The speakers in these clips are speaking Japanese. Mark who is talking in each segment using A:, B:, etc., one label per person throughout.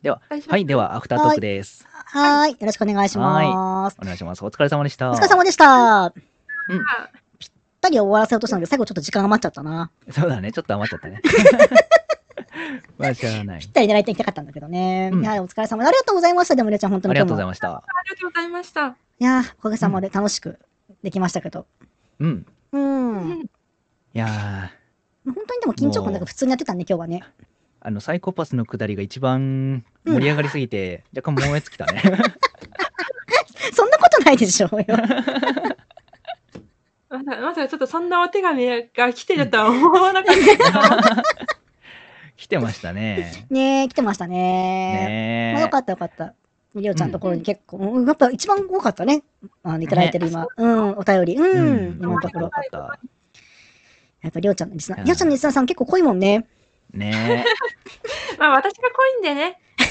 A: では、
B: お願いします
A: はい、では、アフタートークです。
C: はーい。よろしくお願いします。
A: お願いします。お疲れ様でした。
C: お疲れ様でし
B: あ
C: た。二人は終わらせようとしたんだけど、最後ちょっと時間余っちゃったな。
A: そうだね、ちょっと余っちゃった ね。まあ、しゃあない
C: ぴ。ったり狙いていきたかったんだけどね。
A: うん
C: いや、お疲れ様。ありがとうございました。でも、ねちゃん、本当
A: あ
C: に
A: り
C: 今
A: が
C: 日
A: とうご
C: も。
A: ざいました。
B: ありがとうございました。
C: いやー、おかげさまで楽しくできましたけど。
A: うん。
C: うん。
B: うん
A: いやー、
C: 本当にでも緊張感なく普通にやってたね、今日はね。
A: あの、サイコパスのくだりが一番盛り上がりすぎて、若干燃え尽きたね。
C: そんなことないでしょうよ。
B: まさまさかちょっとそんなお手紙が来てるとは思わなかった けど、
A: 来てましたね。
C: ねえ、来てましたね。まあ、
A: ね
C: よかったよかった。りょうちゃんのところに結構、うんやっぱ一番多かったね。あの、いただいてる今。うん、お便り。
A: え。
C: うん、
A: うん、よ
C: 今の
A: か
C: と
A: っ
C: こ
A: た
C: ろ
A: よ。かった。
C: やっぱりょうちゃんのリス
A: う
C: ナー。
A: ん
C: りょうちゃんのリスナーさん結構濃いもんね。
A: ねえ。
B: まあ私が濃いんでね、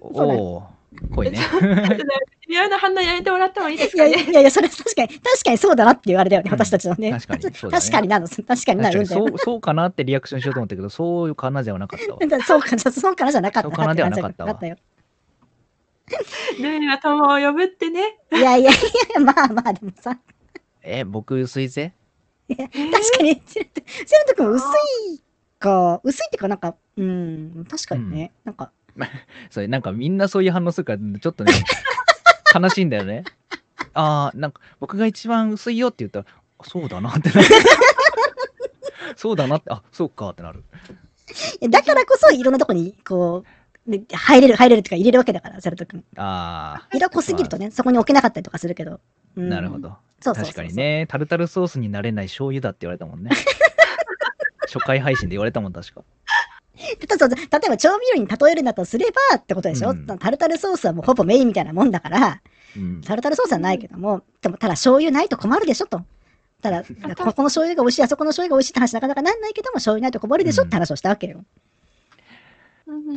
C: そうだね
A: おお、濃いね。
B: ちょっと微妙な反応やめてもらってもいいです
C: い
B: か
C: やいや
B: ね。
C: いやいや、それ確かに、確かにそうだなっていうあれだよね、
A: うん
C: 私たちのね。
A: 確かにそうだね
C: 確かになの、確か にな
A: 確か
C: るん
A: に
C: だよ
A: そ。うそうかなってリアクションしようと思ったけど、そうかなではなかったわ。
C: だからそうかな、そうかなじゃなかっ
A: そ
C: た
A: うかなではなかったわ
C: って感じ
B: ルイは友を呼ぶってね。
C: だよいやいやいや、まあまあ、でもさ、
A: え、僕、水星
C: 確かに、セルトセルト君薄いか、薄いっていうか、なんか、うん、確かにね、なんか、
A: それ、なんかみんなそういう反応するから、ちょっ とね、悲しいんだよね。ああ、なんか僕が一番薄いよって言ったら、あそうだな ってなる。そうだなって、あそうかってなる。
C: だからこそいろんなとこに、こう、ね入れる、入れるっていうか入れるわけだから、セルト君。
A: あ
C: 色濃すぎるとね、そこに置けなかったりとかするけど。う
A: あ、
C: ん
A: なるほ。ど。
C: そうそうそう
A: 確かに。ね、タルタルソースになれない醤油だって言われたもん ね。初回配信で言われたもん、確か。
C: そうそう例えば調味料に例えるんだとすればってことでしょ、
A: うん
C: タルタルソースはもうほぼメインみたいなもんだから、
A: うん。
C: タルタルソースはないけども、でもただ醤油ないと困るでしょと。ただ、ここの醤油が美味しい、あそこの醤油が美味しいって話なかなかなんないけども、醤油ないと困るでしょって話をしたわけよ。
B: うん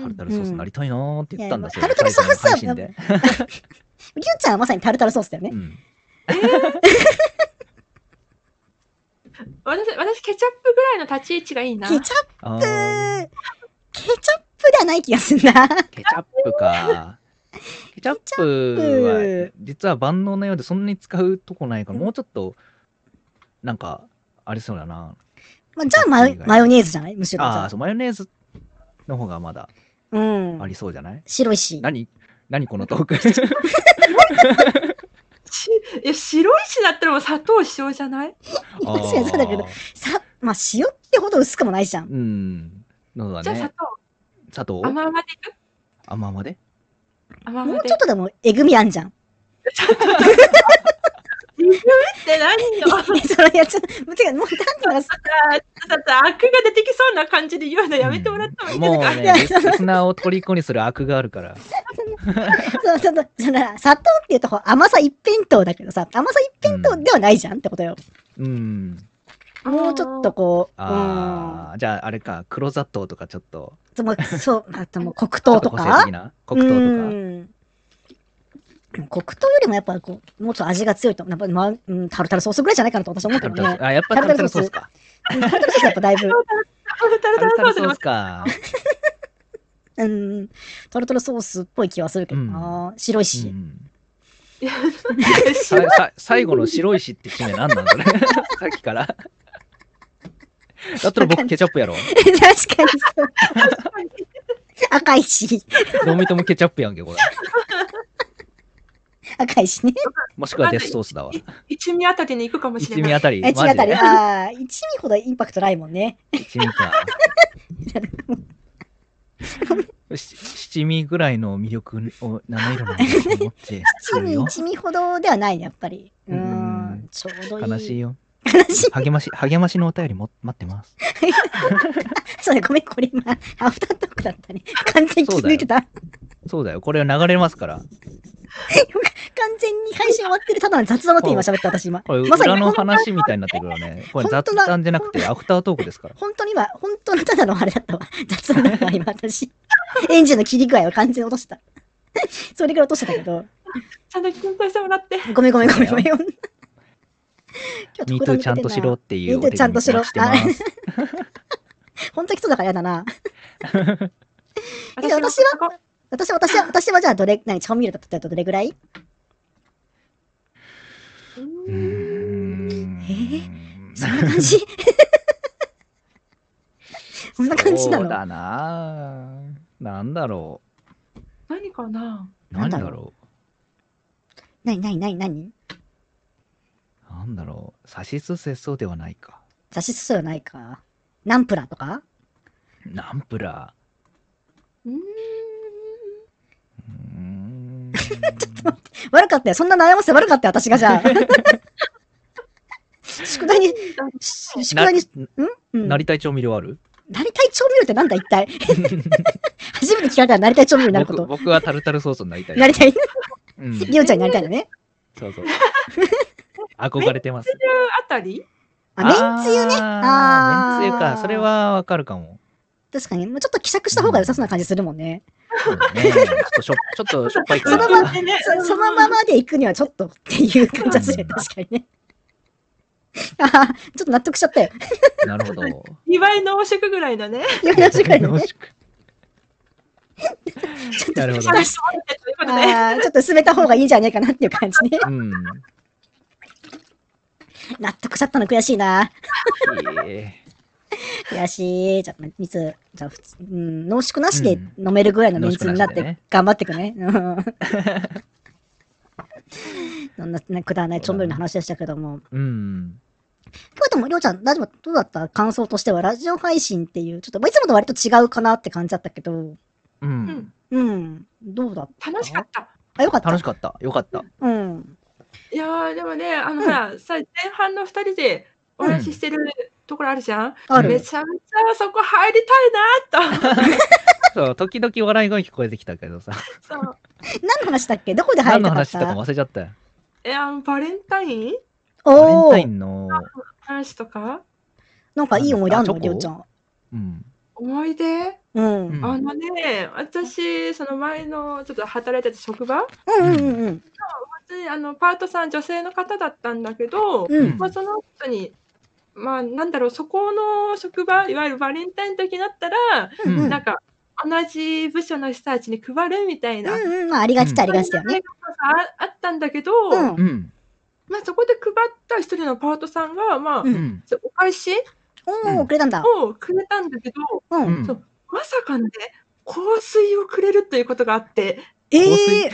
A: タルタルソースになりたいなーって言ったんだ、
C: うん
A: それ
C: タルタルソースは
A: 最初の配信で。
C: りゅうちゃんはまさにタルタルソースだよね
A: う。ん
B: 私、私ケチャップぐらいの立ち位置がいいな。
C: ケチャッ
A: あ
C: プ
A: ー、
C: ケチャップではない気がする な。
A: ケチャップか。ケチャップは実は万能なようでそんなに使うとこないからもうちょっとなんかありそうだな。
C: まあ、じゃあマヨマヨネーズじゃないむしろ
A: ああ
C: さ
A: ー、。そうマヨネーズの方がまだ
C: う
A: あ
C: ん。
A: りそうじゃない、
C: 白いし。
A: 何何このトーク
B: しいや白いしだったらもう砂糖塩じゃない
A: あー
C: 確かにそうだけど。さ、まあ、塩ってほど薄くもないじゃん。
A: うん。そう
B: じ
A: だ
B: ゃあ砂
A: ね。
B: 糖、
A: 砂糖
B: 甘々でいく
A: 甘まで
B: 甘々で。
C: も うちょっとでもえぐみあんじゃん。
B: 自分って何よ
C: い やそれいやちょっと、てかもうなん
B: だって
C: とか、
B: 悪が出てきそうな感じで言うのやめてもらってもいいです
A: もう
B: か、
A: ね、リスリスナーを虜にする悪があるから。
C: そうそうそうその砂糖っていうとこ甘さ一辺倒だけどさ、甘さ一辺倒ではないじゃんってことよ。
A: うん。
C: もうちょっとこう、うん
A: ああ、じゃああれか、黒砂糖とかちょっと、
C: その、そう、あともう黒
A: ちょっ
C: 糖
A: と個
C: と
A: 性
C: か
A: 的。な黒糖とか。
C: うん黒糖よりもやっぱこう、もうちょっと味が強いと、やっぱ、まあうん、タルタルソースぐらいじゃないかなと私は思う
A: タル
C: けど
A: タルソー。
C: ね
A: ス。あ、やっぱタルタルソースか。
C: うんタルタルソースやっぱだいぶ、
B: タルタ
A: タ
B: ル
A: ルタ
B: ソー
A: ル
B: ス
A: ソ
B: の
A: ースか。
C: うん、タルタルソースっぽい気はするけどな、白いし。
A: うん
B: いや
A: ささ最後の白い石って締め何なんそれさっきから。だったら僕ケチャップやろ。
C: 確かにそう。赤いし、
A: どう見てもケチャップやんけ、これ。
C: 赤いしね。
A: もしくはデスソースだわ。
B: 一味あたりに行くかもし
A: 一味
B: れない。
A: あたり。
C: え、違ったり、
A: マ
C: ああ、一味ほどインパクトないもんね。
A: ジで一味か。し七味ぐらいの魅力を七色の魅力を持って
C: 一
A: する
C: 味、
A: よ。
C: 一味ほどではないね、やっぱり。うー
A: うんん、
C: ちょうどいい。
A: 悲しいよ。
C: 悲しい。
A: 励まし、励ましのお便りも待ってます。
C: そうね、ごめん、これ今、アフタートークだったね。完全に気づいてた。
A: そうだよ。これ流れますから。
C: 完全に配信終わってる、ただの雑談の手今喋った、私今。
A: これ
C: まさに
A: 裏の話みたいになってくるよね。これ
C: 本
A: 雑
C: 当だ
A: 談じゃなくてアフタートークです から。
C: 本当に今、本当のただのあれだったわ。雑談だったわ、今、私。エンジンの切り具合を完全に落としてた。 それぐらい落としてたけど。
B: ちゃんと検討してもらって。
C: ごめん、ごめん、ごめん、ごめん。今日
A: ミートゥーちゃんとしろっていうお
C: Me
A: 手
C: too ちゃ
A: 紙
C: んと
A: を
C: しろ
A: してます。
C: 本当に人だから嫌だな。いや私
B: はこ
C: 私は、私は、私はじゃあどれ、何、調味料だったらどれぐ らい
A: う
B: う
A: ー
B: ん
A: ん
C: えそんな感じそんな感じな
A: そう
C: の
A: だなぁ。なんだろ
B: 何かな
A: う。
C: な
A: なんん
C: だ
A: だ
C: ろう
A: ろ
C: 何、何、何、何
A: う。なんだろう。差しすせそうではないか。
C: 差しすせはないか。ナンプラーとか
A: ナンプラ
B: うーん
A: ー。うーん
C: 悪かったよ。そんな悩ませて悪かったよ、私が じゃあ。宿題に、し宿題に、うん、
A: なりたい調味料ある
C: なりたい調味料ってなんだ、一 体。初めて聞かれたらなりたい調味料になるこ
A: 僕
C: と。
A: 僕はタルタルソースになりたい。
C: なりたい、
A: うん、
C: りおちゃんになりたいのね。
A: そう そう。憧れてます。
B: あたり
C: あ、めんつゆ
A: ね。
C: ね。あー
A: めんつゆか。それはわかるかも。
C: 確かに、もうちょっと希釈した方が良さそうな感じするもんね。
A: そうだね、ちょっとしょ ちょっとしょっぱいか
C: そ
A: ら
C: の。まま
B: でね
C: そそのままで行くにはちょっとっていう感じはするよ、
A: うん
C: 確かにね。 あーちょっと納得しちゃった よ。
A: なるほど。
B: 2倍濃縮ぐらいだね。
C: よくなっちゃうからいのね。
A: なるほど。
B: 話しそう ってということで。
C: あーちょっと進めた方がいいんじゃねえかなっていう感じね。
A: うん。
C: 納得しちゃったの悔しいな。
A: え
C: 悔しい。じゃあ、水、じゃあ、普通、うん、濃縮なしで飲めるぐらいの水になっ
A: うん濃縮なしてでね、
C: 頑張っていく ね。うんそんな、ね、くだらないちょんべるの話でしたけども。
A: うん。
C: 今日でも、りょうちゃん、大丈夫どうだった感想としては、ラジオ配信っていう、ちょっと、まあいつもと割と違うかなって感じだったけど、
A: う
B: うんん。
C: うん、どうだった
B: 楽しかった。
C: あ、よかった。
A: 楽しかった。よかった。
C: うん。
B: いやーでもね、あのほら、さ前半の2人でお話ししてるところあるじゃん。
C: あ
A: うん
B: め
C: る。
B: ちゃめちゃそこ入りたいなーと。
A: そう、時々笑い声聞こえてきたけどさ。
B: そう
C: 何の話だっけどこで入
A: 何
C: る
A: の
C: たか
A: 話
C: っ
A: したたか忘れちゃったよ。
B: えあのバレンタイン
A: バレン
C: お
A: タイ
C: ー、
A: ンの、
B: 話とか
C: なんかいい思い出あんの
A: あチョコ
C: りょうちゃん。
A: うん。
B: 思い出、
A: う
C: うん。う
A: ん
C: ん
B: あのね私その前のちょっと働いてた職場
C: うんうん
B: であのパートさん女性の方だったんだけど、
C: うん。う
A: うん
C: ん。
B: まあ、その人にまあなんだろうそこの職場いわゆるバレンタインの時になったら、
A: うん
C: うん
B: なんか同じ部署の人たちに配るみたいな、
C: うんうん、まあ、ありがちっちゃありがちだよね。
B: ああったんだけど、
C: うん。
A: うん。
B: まあ、そこで配った一人のパートさんが、まあ
C: う
A: うんん。
B: お返し
C: おー、くれたんだ。
B: をくれたんだけど、
C: う。
A: うんん
B: そうまさかね、香水をくれるということがあって、
C: え
A: 香
C: えー。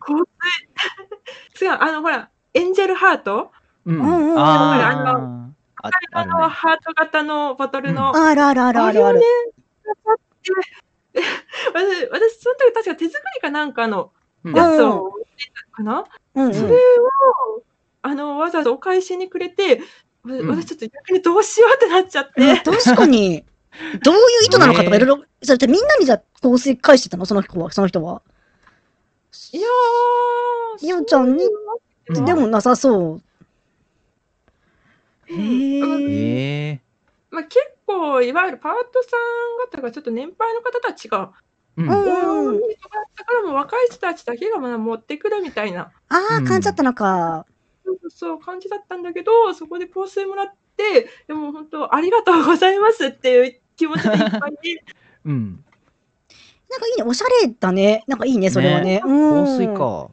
B: 香 水違う、あの、ほら、エンジェルハート
A: うん
C: うんうん
A: ああ。あ
B: あ
A: あ
B: の、
A: る
B: ハート型のボトルの。
C: あるあるあるあるある。
B: 私、私その時確か手作りかなんかの
A: ね。
B: やつを持ってたのかな、
C: うんうん。
B: それを、あの、わざわざお返しにくれて、わ
A: うん
B: 私ちょっと逆にどうしようってなっちゃって、
C: うん確かに。 どういう意図なのかとかいろいろ、それってみんなにじゃあ香水返してたのその人は、その人は。
B: いやー、
C: ゆうちゃんに
A: う
B: そう
A: わ
C: でもなさそ
B: う
C: う。へ
B: ん
A: うんえ
C: え。
A: え。
B: まあ、結構、いわゆるパートさん方がちょっと年配の方たちが
A: う。
C: うんん。
B: だからもう若い人たちだけがまだ持ってくるみたいな
C: ああ、感じちゃったのか。
B: そうそう感じだったんだけどそこで香水もらってでも本当ありがとうございますっていう気持ちでいっぱいで
A: うん。
C: なんかいいね。おしゃれだね。なんかいいね、それはね。うん
A: 香水。か。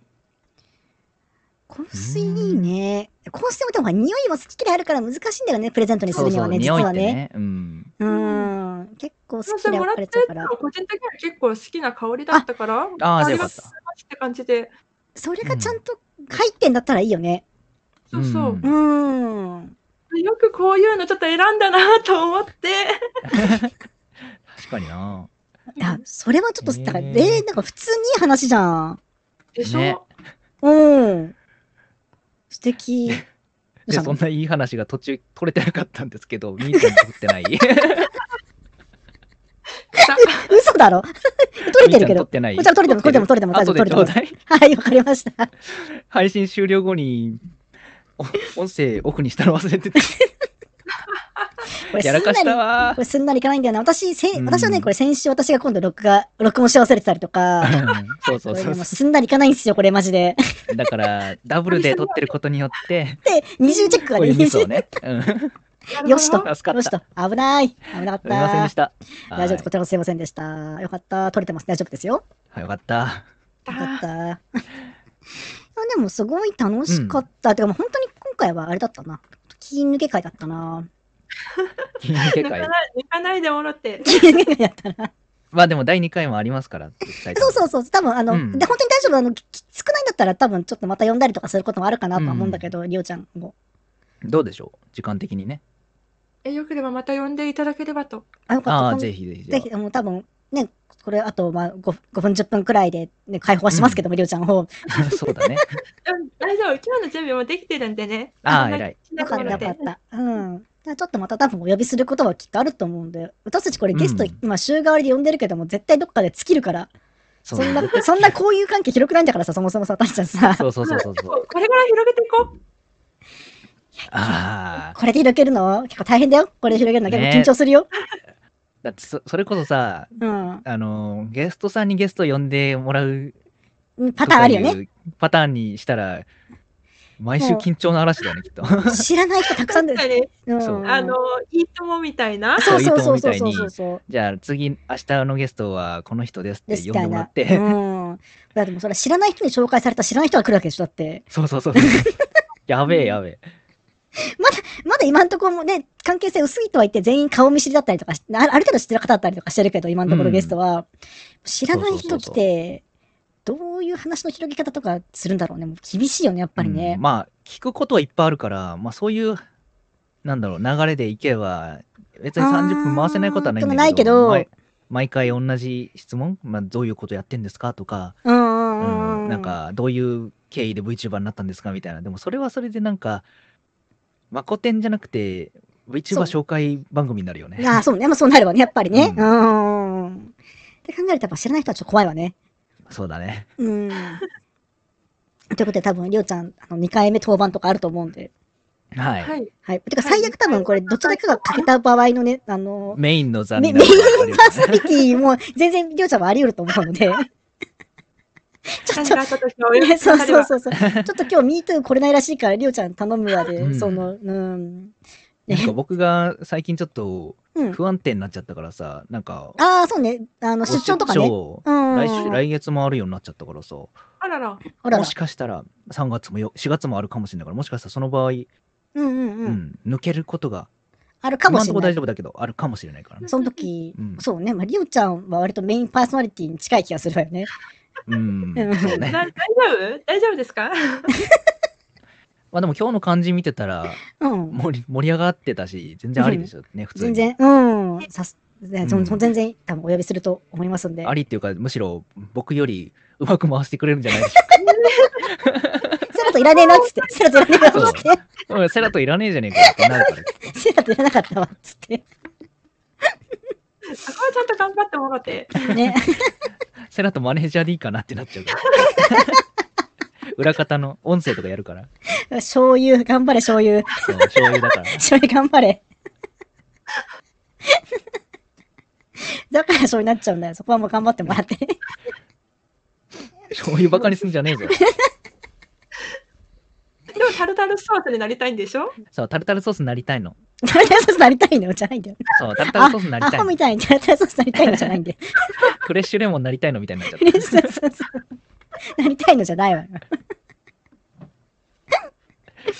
C: 香水いいね。香水もでも匂いは好き嫌いあるから難しいんだよね。プレゼントにするにはね、実
A: 匂いっ
C: は
A: て
C: ね。
A: ね。うん。
C: うん。結構 好き
B: それ
C: 嫌い
B: もら
C: 分
B: った
C: かれ
B: や
C: ちゃうから
B: つ。も個人的には結構好きな香りだったから
A: ああー、
B: あ
A: で
B: り
A: よ
B: が
A: かっ
B: とう
A: た
B: ござい。ますって感じで
C: それがちゃんと入ってんだったらいいよね。
B: そうそう
A: うん
C: うん。
B: よくこういうのちょっと選んだなと思って
A: 確かにな。
C: いや、それはちょっと、
A: ね
C: だから、えー、なんか普通にいい話じゃん。
B: でしょ、
A: ね
C: うん。素 敵。
A: で、
C: どうした
A: そ
C: の
A: んないい話が途中取れてなかったんですけ ど、みーちゃん取ってない。
B: さ
C: 嘘 だろ取れてるけ
A: みーちゃん撮っ。
C: ど
A: てない。
C: もちろん取れても、取れても、取れても、大丈夫、
A: 後で
C: 取
A: ち
C: れ
A: ょ
C: て
A: うだ
C: も。
A: い。
C: はい、わかり ました。
A: 配信終了後に、お音声オフにしたの忘れ てて、
C: これ
A: やらかしたわ
C: これすんなりいかないんだよな。私、せ、
A: うんん
C: 私はね、これ先週私が今度録画、録音し忘れてたりとか。
A: ー。 そうそ
C: こ
A: うそ
C: れね
A: う
C: もう
A: そ
C: すんなりいかないんですよ、これマジで。
A: う。だから、ダブルで取ってることによって、
C: で、二重チェック
A: こ
C: が
A: う
C: ね、
A: いうミ
C: 二
A: ス
C: 重
A: をね。うん
B: なるほど
C: よしと、
A: 助かった
C: よしと、危ない、危なかっ
A: すみませんで
C: た
A: し。た。
C: 大丈夫です、
A: は
C: こちらもすいませんでした。よかった、取れてます、大丈夫ですよ。
A: いはい、よかった。
C: よかった。 あでもすごい楽しかった。てかもう本当に今回はあれだったな。気抜け会だっ たな。
A: 金抜
B: 抜
A: け
B: かな
A: 会
B: い。、抜かないでもろって。
C: 気抜け会だったな。
A: まあでも第2回もありますから、。
C: そうそううそう。多分あの、
A: うん
C: で本当に大丈夫。あのき少ないんだったら多分ちょっとまた呼んだりとかすることもあるかなとは思うんだけど、りょうちゃんも。
A: どうでしょう時間的にね。
B: え、よければまた呼んでいただければと。
C: あ、よかった。
A: ああ、
C: こん
A: ぜひぜひ。
C: ぜひ、もう多分ね、これあとまあ 5, 5分10分くらいで、ね、解放はしますけども、りょうちゃんを。
A: そうだね。
B: うん、大丈夫。今日の準備もできてるんでね。
A: あー
B: の
A: 偉い。
B: しな
C: よか
B: が
C: った、
B: ら
C: よ
B: で
C: かった。うん。じゃあちょっとまた多分お呼びすることはきっとあると思うんで、私たちこれゲスト、
A: うん
C: 今週替わりで呼んでるけども、絶対どっかで尽きるから、
A: そ
C: そ
A: うんだね
C: な、そんな交友関係広くないんだからさ、そもそもさ、私たちさ、
A: そうそうそうそう
B: 結
A: そ
B: 構
A: う。
B: これぐらい広げていこう。
A: ああ。
C: これで広げるの結構大変だよ。これで広げるの結
A: ね
C: 構緊張するよ。
A: だってそそれこそさ、
C: うん
A: あのーゲストさんにゲスト呼んでもらう
C: うん。パターンあるよ
A: と
C: ね。
A: かいうパターンにしたら、毎週緊張の嵐だよね、 きっと。
C: 知らない人たくさんで
B: 確。かに、
C: うん
A: そう
B: あの、いいともみたいな。
C: そうそうそうそ
A: そうういいと
C: そ
A: も
C: う
A: みたいに
C: そうそう。
A: じゃあ次、明日のゲストはこの人ですっ
C: で
A: て
C: す
A: 呼ん
C: か
A: でもら
C: ら
A: っ。て。
C: うん。だってもうそれは知らない人に紹介された知らない人が来るわけでしょ、だって。
A: そうそうそう。 やべえやべえ。
C: まだ今のところもね、関係性薄いとは言って全員顔見知りだったりとかしあある程度知ってる方だったりとかしてるけど、今のところゲストは。知らない人来て、どういう話の広げ方とかするんだろうね。もう厳しいよね、やっぱり
A: う
C: ね
A: ん。まあ聞くことはいっぱいあるから、まあ、そういうなんだろう流れでいけば別に
C: あー
A: 30分回せないことはないんだけど
C: ないけど
A: 毎毎回同じ質問、まあ、どういうことやってんですかとか、
C: うんうん
A: う
C: うんうん
A: んなんかどういう経緯で VTuber になったんですかみたいなでもそれはそれでなんかまこてんじゃなくて VTuber
C: そ
A: 紹介番組になるよね。
C: ああ、そうね。まあそうなるわね、やっぱりね。う。
A: うん
C: んって考えると、やっぱ知らない人はちょっと怖いわね。
A: そうだね。
C: うん。ということで、多分、りょうちゃん、あの、2回目登板とかあると思うんで。
A: はい。
B: はい。
C: はい。てか、
B: はい
C: 最悪多分、これ、どっちだけが欠けた場合のね、あの、
A: メインの残念
C: メメイン
A: なことがあるよね
C: パーソナリティも全然りょうちゃんはあり得ると思う ので。ちょ
B: 何
C: っ
B: かあったとしても、
C: と、そうそう
B: う。
C: そうそう。ちょっと今日 MeToo 来れないらしいから、りょうちゃん頼むわで、
A: うん
C: その、うん。
A: なんか僕が最近ちょっと
C: うん、
A: 不安定になっちゃったからさ、なんか
C: ああ、そうね。あの、出張とか
A: お
C: ね。
A: 張
C: うん。
A: 来週来月もあるようになっちゃったからさ、
B: あらら。
C: ほら
A: もしかしたら3月もよ4月もあるかもしれないから、もしかしたらその場合、
C: うんうん
A: う
C: うん。
A: ん、抜けることが、
C: あるかも
A: 今ん
C: し
A: と
C: れ
A: こ
C: な
A: 大
C: い。
A: 丈夫だけど、あるかもしれないからね。
C: その時
A: うん、
C: そうね。まあ、りょうちゃんは割とメインパーソナリティに近い気がするわよね。
A: うん
C: うん、
A: そう
B: な
A: ね。
B: 大丈夫大丈夫ですか
A: まあでも今日の感じ見てた ら
C: うん。
A: 盛り、盛り上がってたし、全然ありでしょね、普通
C: 全
A: に。
C: 然、うん。さす、ね
A: うん
C: その全然多分お呼びすると思いますんで。
A: ありっていうか、むしろ僕よりうまく回してくれるんじゃないでしょ
C: セラといらねえなっつって、セラといらねえなっつって。
A: うか。 うんセラといらねえじゃねえかってなるから。
C: セラといらなかったわっつって。
B: そこはちゃんと頑張ってもろて。
C: ね。
A: セラとマネージャーでいいかなってなっちゃうから。 裏方の音声とかやるから。
C: 醤油、頑張れ、醤油。
A: そう、醤油だから。
C: 醤油頑張れ。 だから醤油になっちゃうんだよ。そこはもう頑張ってもらって。
A: 醤油バカにすんじゃねえぞ。
B: でもタルタルソースになりたいんでしょ
A: そう、タルタルソースになりたいの。
C: タルタルソースなりたいのじゃないんだよ。
A: そう、タルタルソースになり
C: ア
A: たい
C: ホ
A: の
C: み。たいにタルタルソースなりたいのじ ゃないんだよ。
A: フレッシュレモンになりたいのみたいになっちゃっ
C: フレッシュソースなりたいのじゃないわよ。 い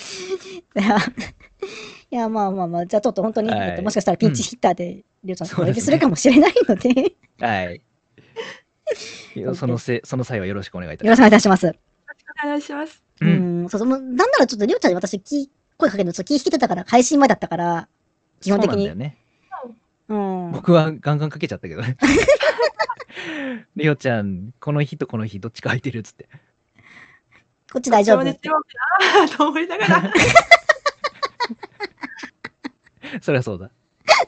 C: や、いやまあまあまあ、じゃあちょっと本当に、
A: はい
C: えっともしかしたらピンチヒッターで、りょうちゃん
A: そ
C: お
A: う
C: 呼
A: ですね
C: びするかもしれないので、よ
A: た。 はい。いやそのせ、その際はよろしくお願いいたし
C: ろ
A: ま
C: しくお願いいたします。
B: お願いします。
A: す。
C: う
A: うん。
C: ん、そうそう、もうなんならちょっとりょうちゃんに私気、声かけるのちょっと気引いてたから、配信前だったから、基本的
A: そうなん
C: に。
A: だよね。
C: うん。
A: 僕はガンガンかけちゃったけどね。リオちゃん、この日とこの日どっちか空いてるっつって。
C: こっち大丈
B: 情
C: 夫。
B: 熱曜日だなぁと思いながら。
A: そりゃそうだ。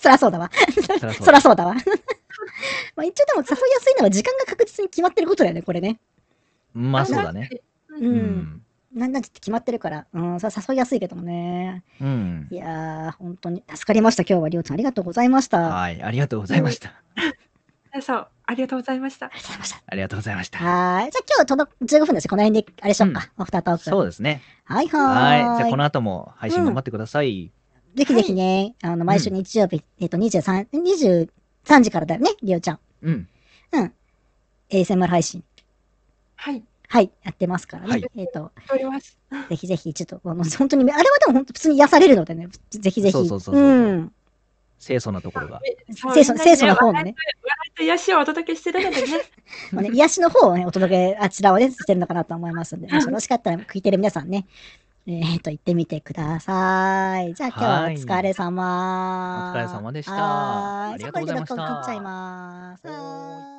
C: そらそうだわ。
A: そりゃそう
C: そ
A: だ。
C: らそうだわ。 まあ一応でも誘いやすいのは時間が確実に決まってることだよね、これね。
A: まあそうだ ね。
C: う。
A: うんん。
C: なんなんて決まってるから。うん、それは誘いやすいけどもね。
A: うん
C: い。やー、本当に助かりました。今日はりょうちゃんありがとうございました。あ
A: はい。ありがとうございました。
B: 皆さん、ありがとうございました。
C: りがとうございました。
A: ありがとうございました。
C: はーい。じゃあ今日届く15分です。この辺で、あれしようか。アフタートーク。
A: そうですね。
C: はいはーい。
A: はい。じゃあこの後も配信頑張ってください。
C: ぜひぜひね、あの、毎週日曜日、えっと、23、23時からだよね、りおちゃん。
A: うん。
C: ASMR 配信。
B: はい、
C: はい、やってますからね。
A: はい
C: えっと、
B: おります。
C: ぜひぜひ、ちょっと、あの、本当に、あれはでも本当普通に癒されるのでね、ぜひぜひ。。
A: そうそうそうそうん清楚なところが。
B: そう
C: 清楚、清楚の方の
B: みんなで
C: ね
B: ね、笑いと癒しをお届けしてたのでね。
C: まあね癒しの方をね、お届け、あちらをね、してるのかなと思いますので、もしよろしかったら、聞いてる皆さんね、えっと、行ってみてください。じゃあ今日はお
A: はい
C: 疲れ様。
A: お疲れ様でした
C: はー
A: ありがとうございました
C: じゃあこれで録音切っちゃいます。はーい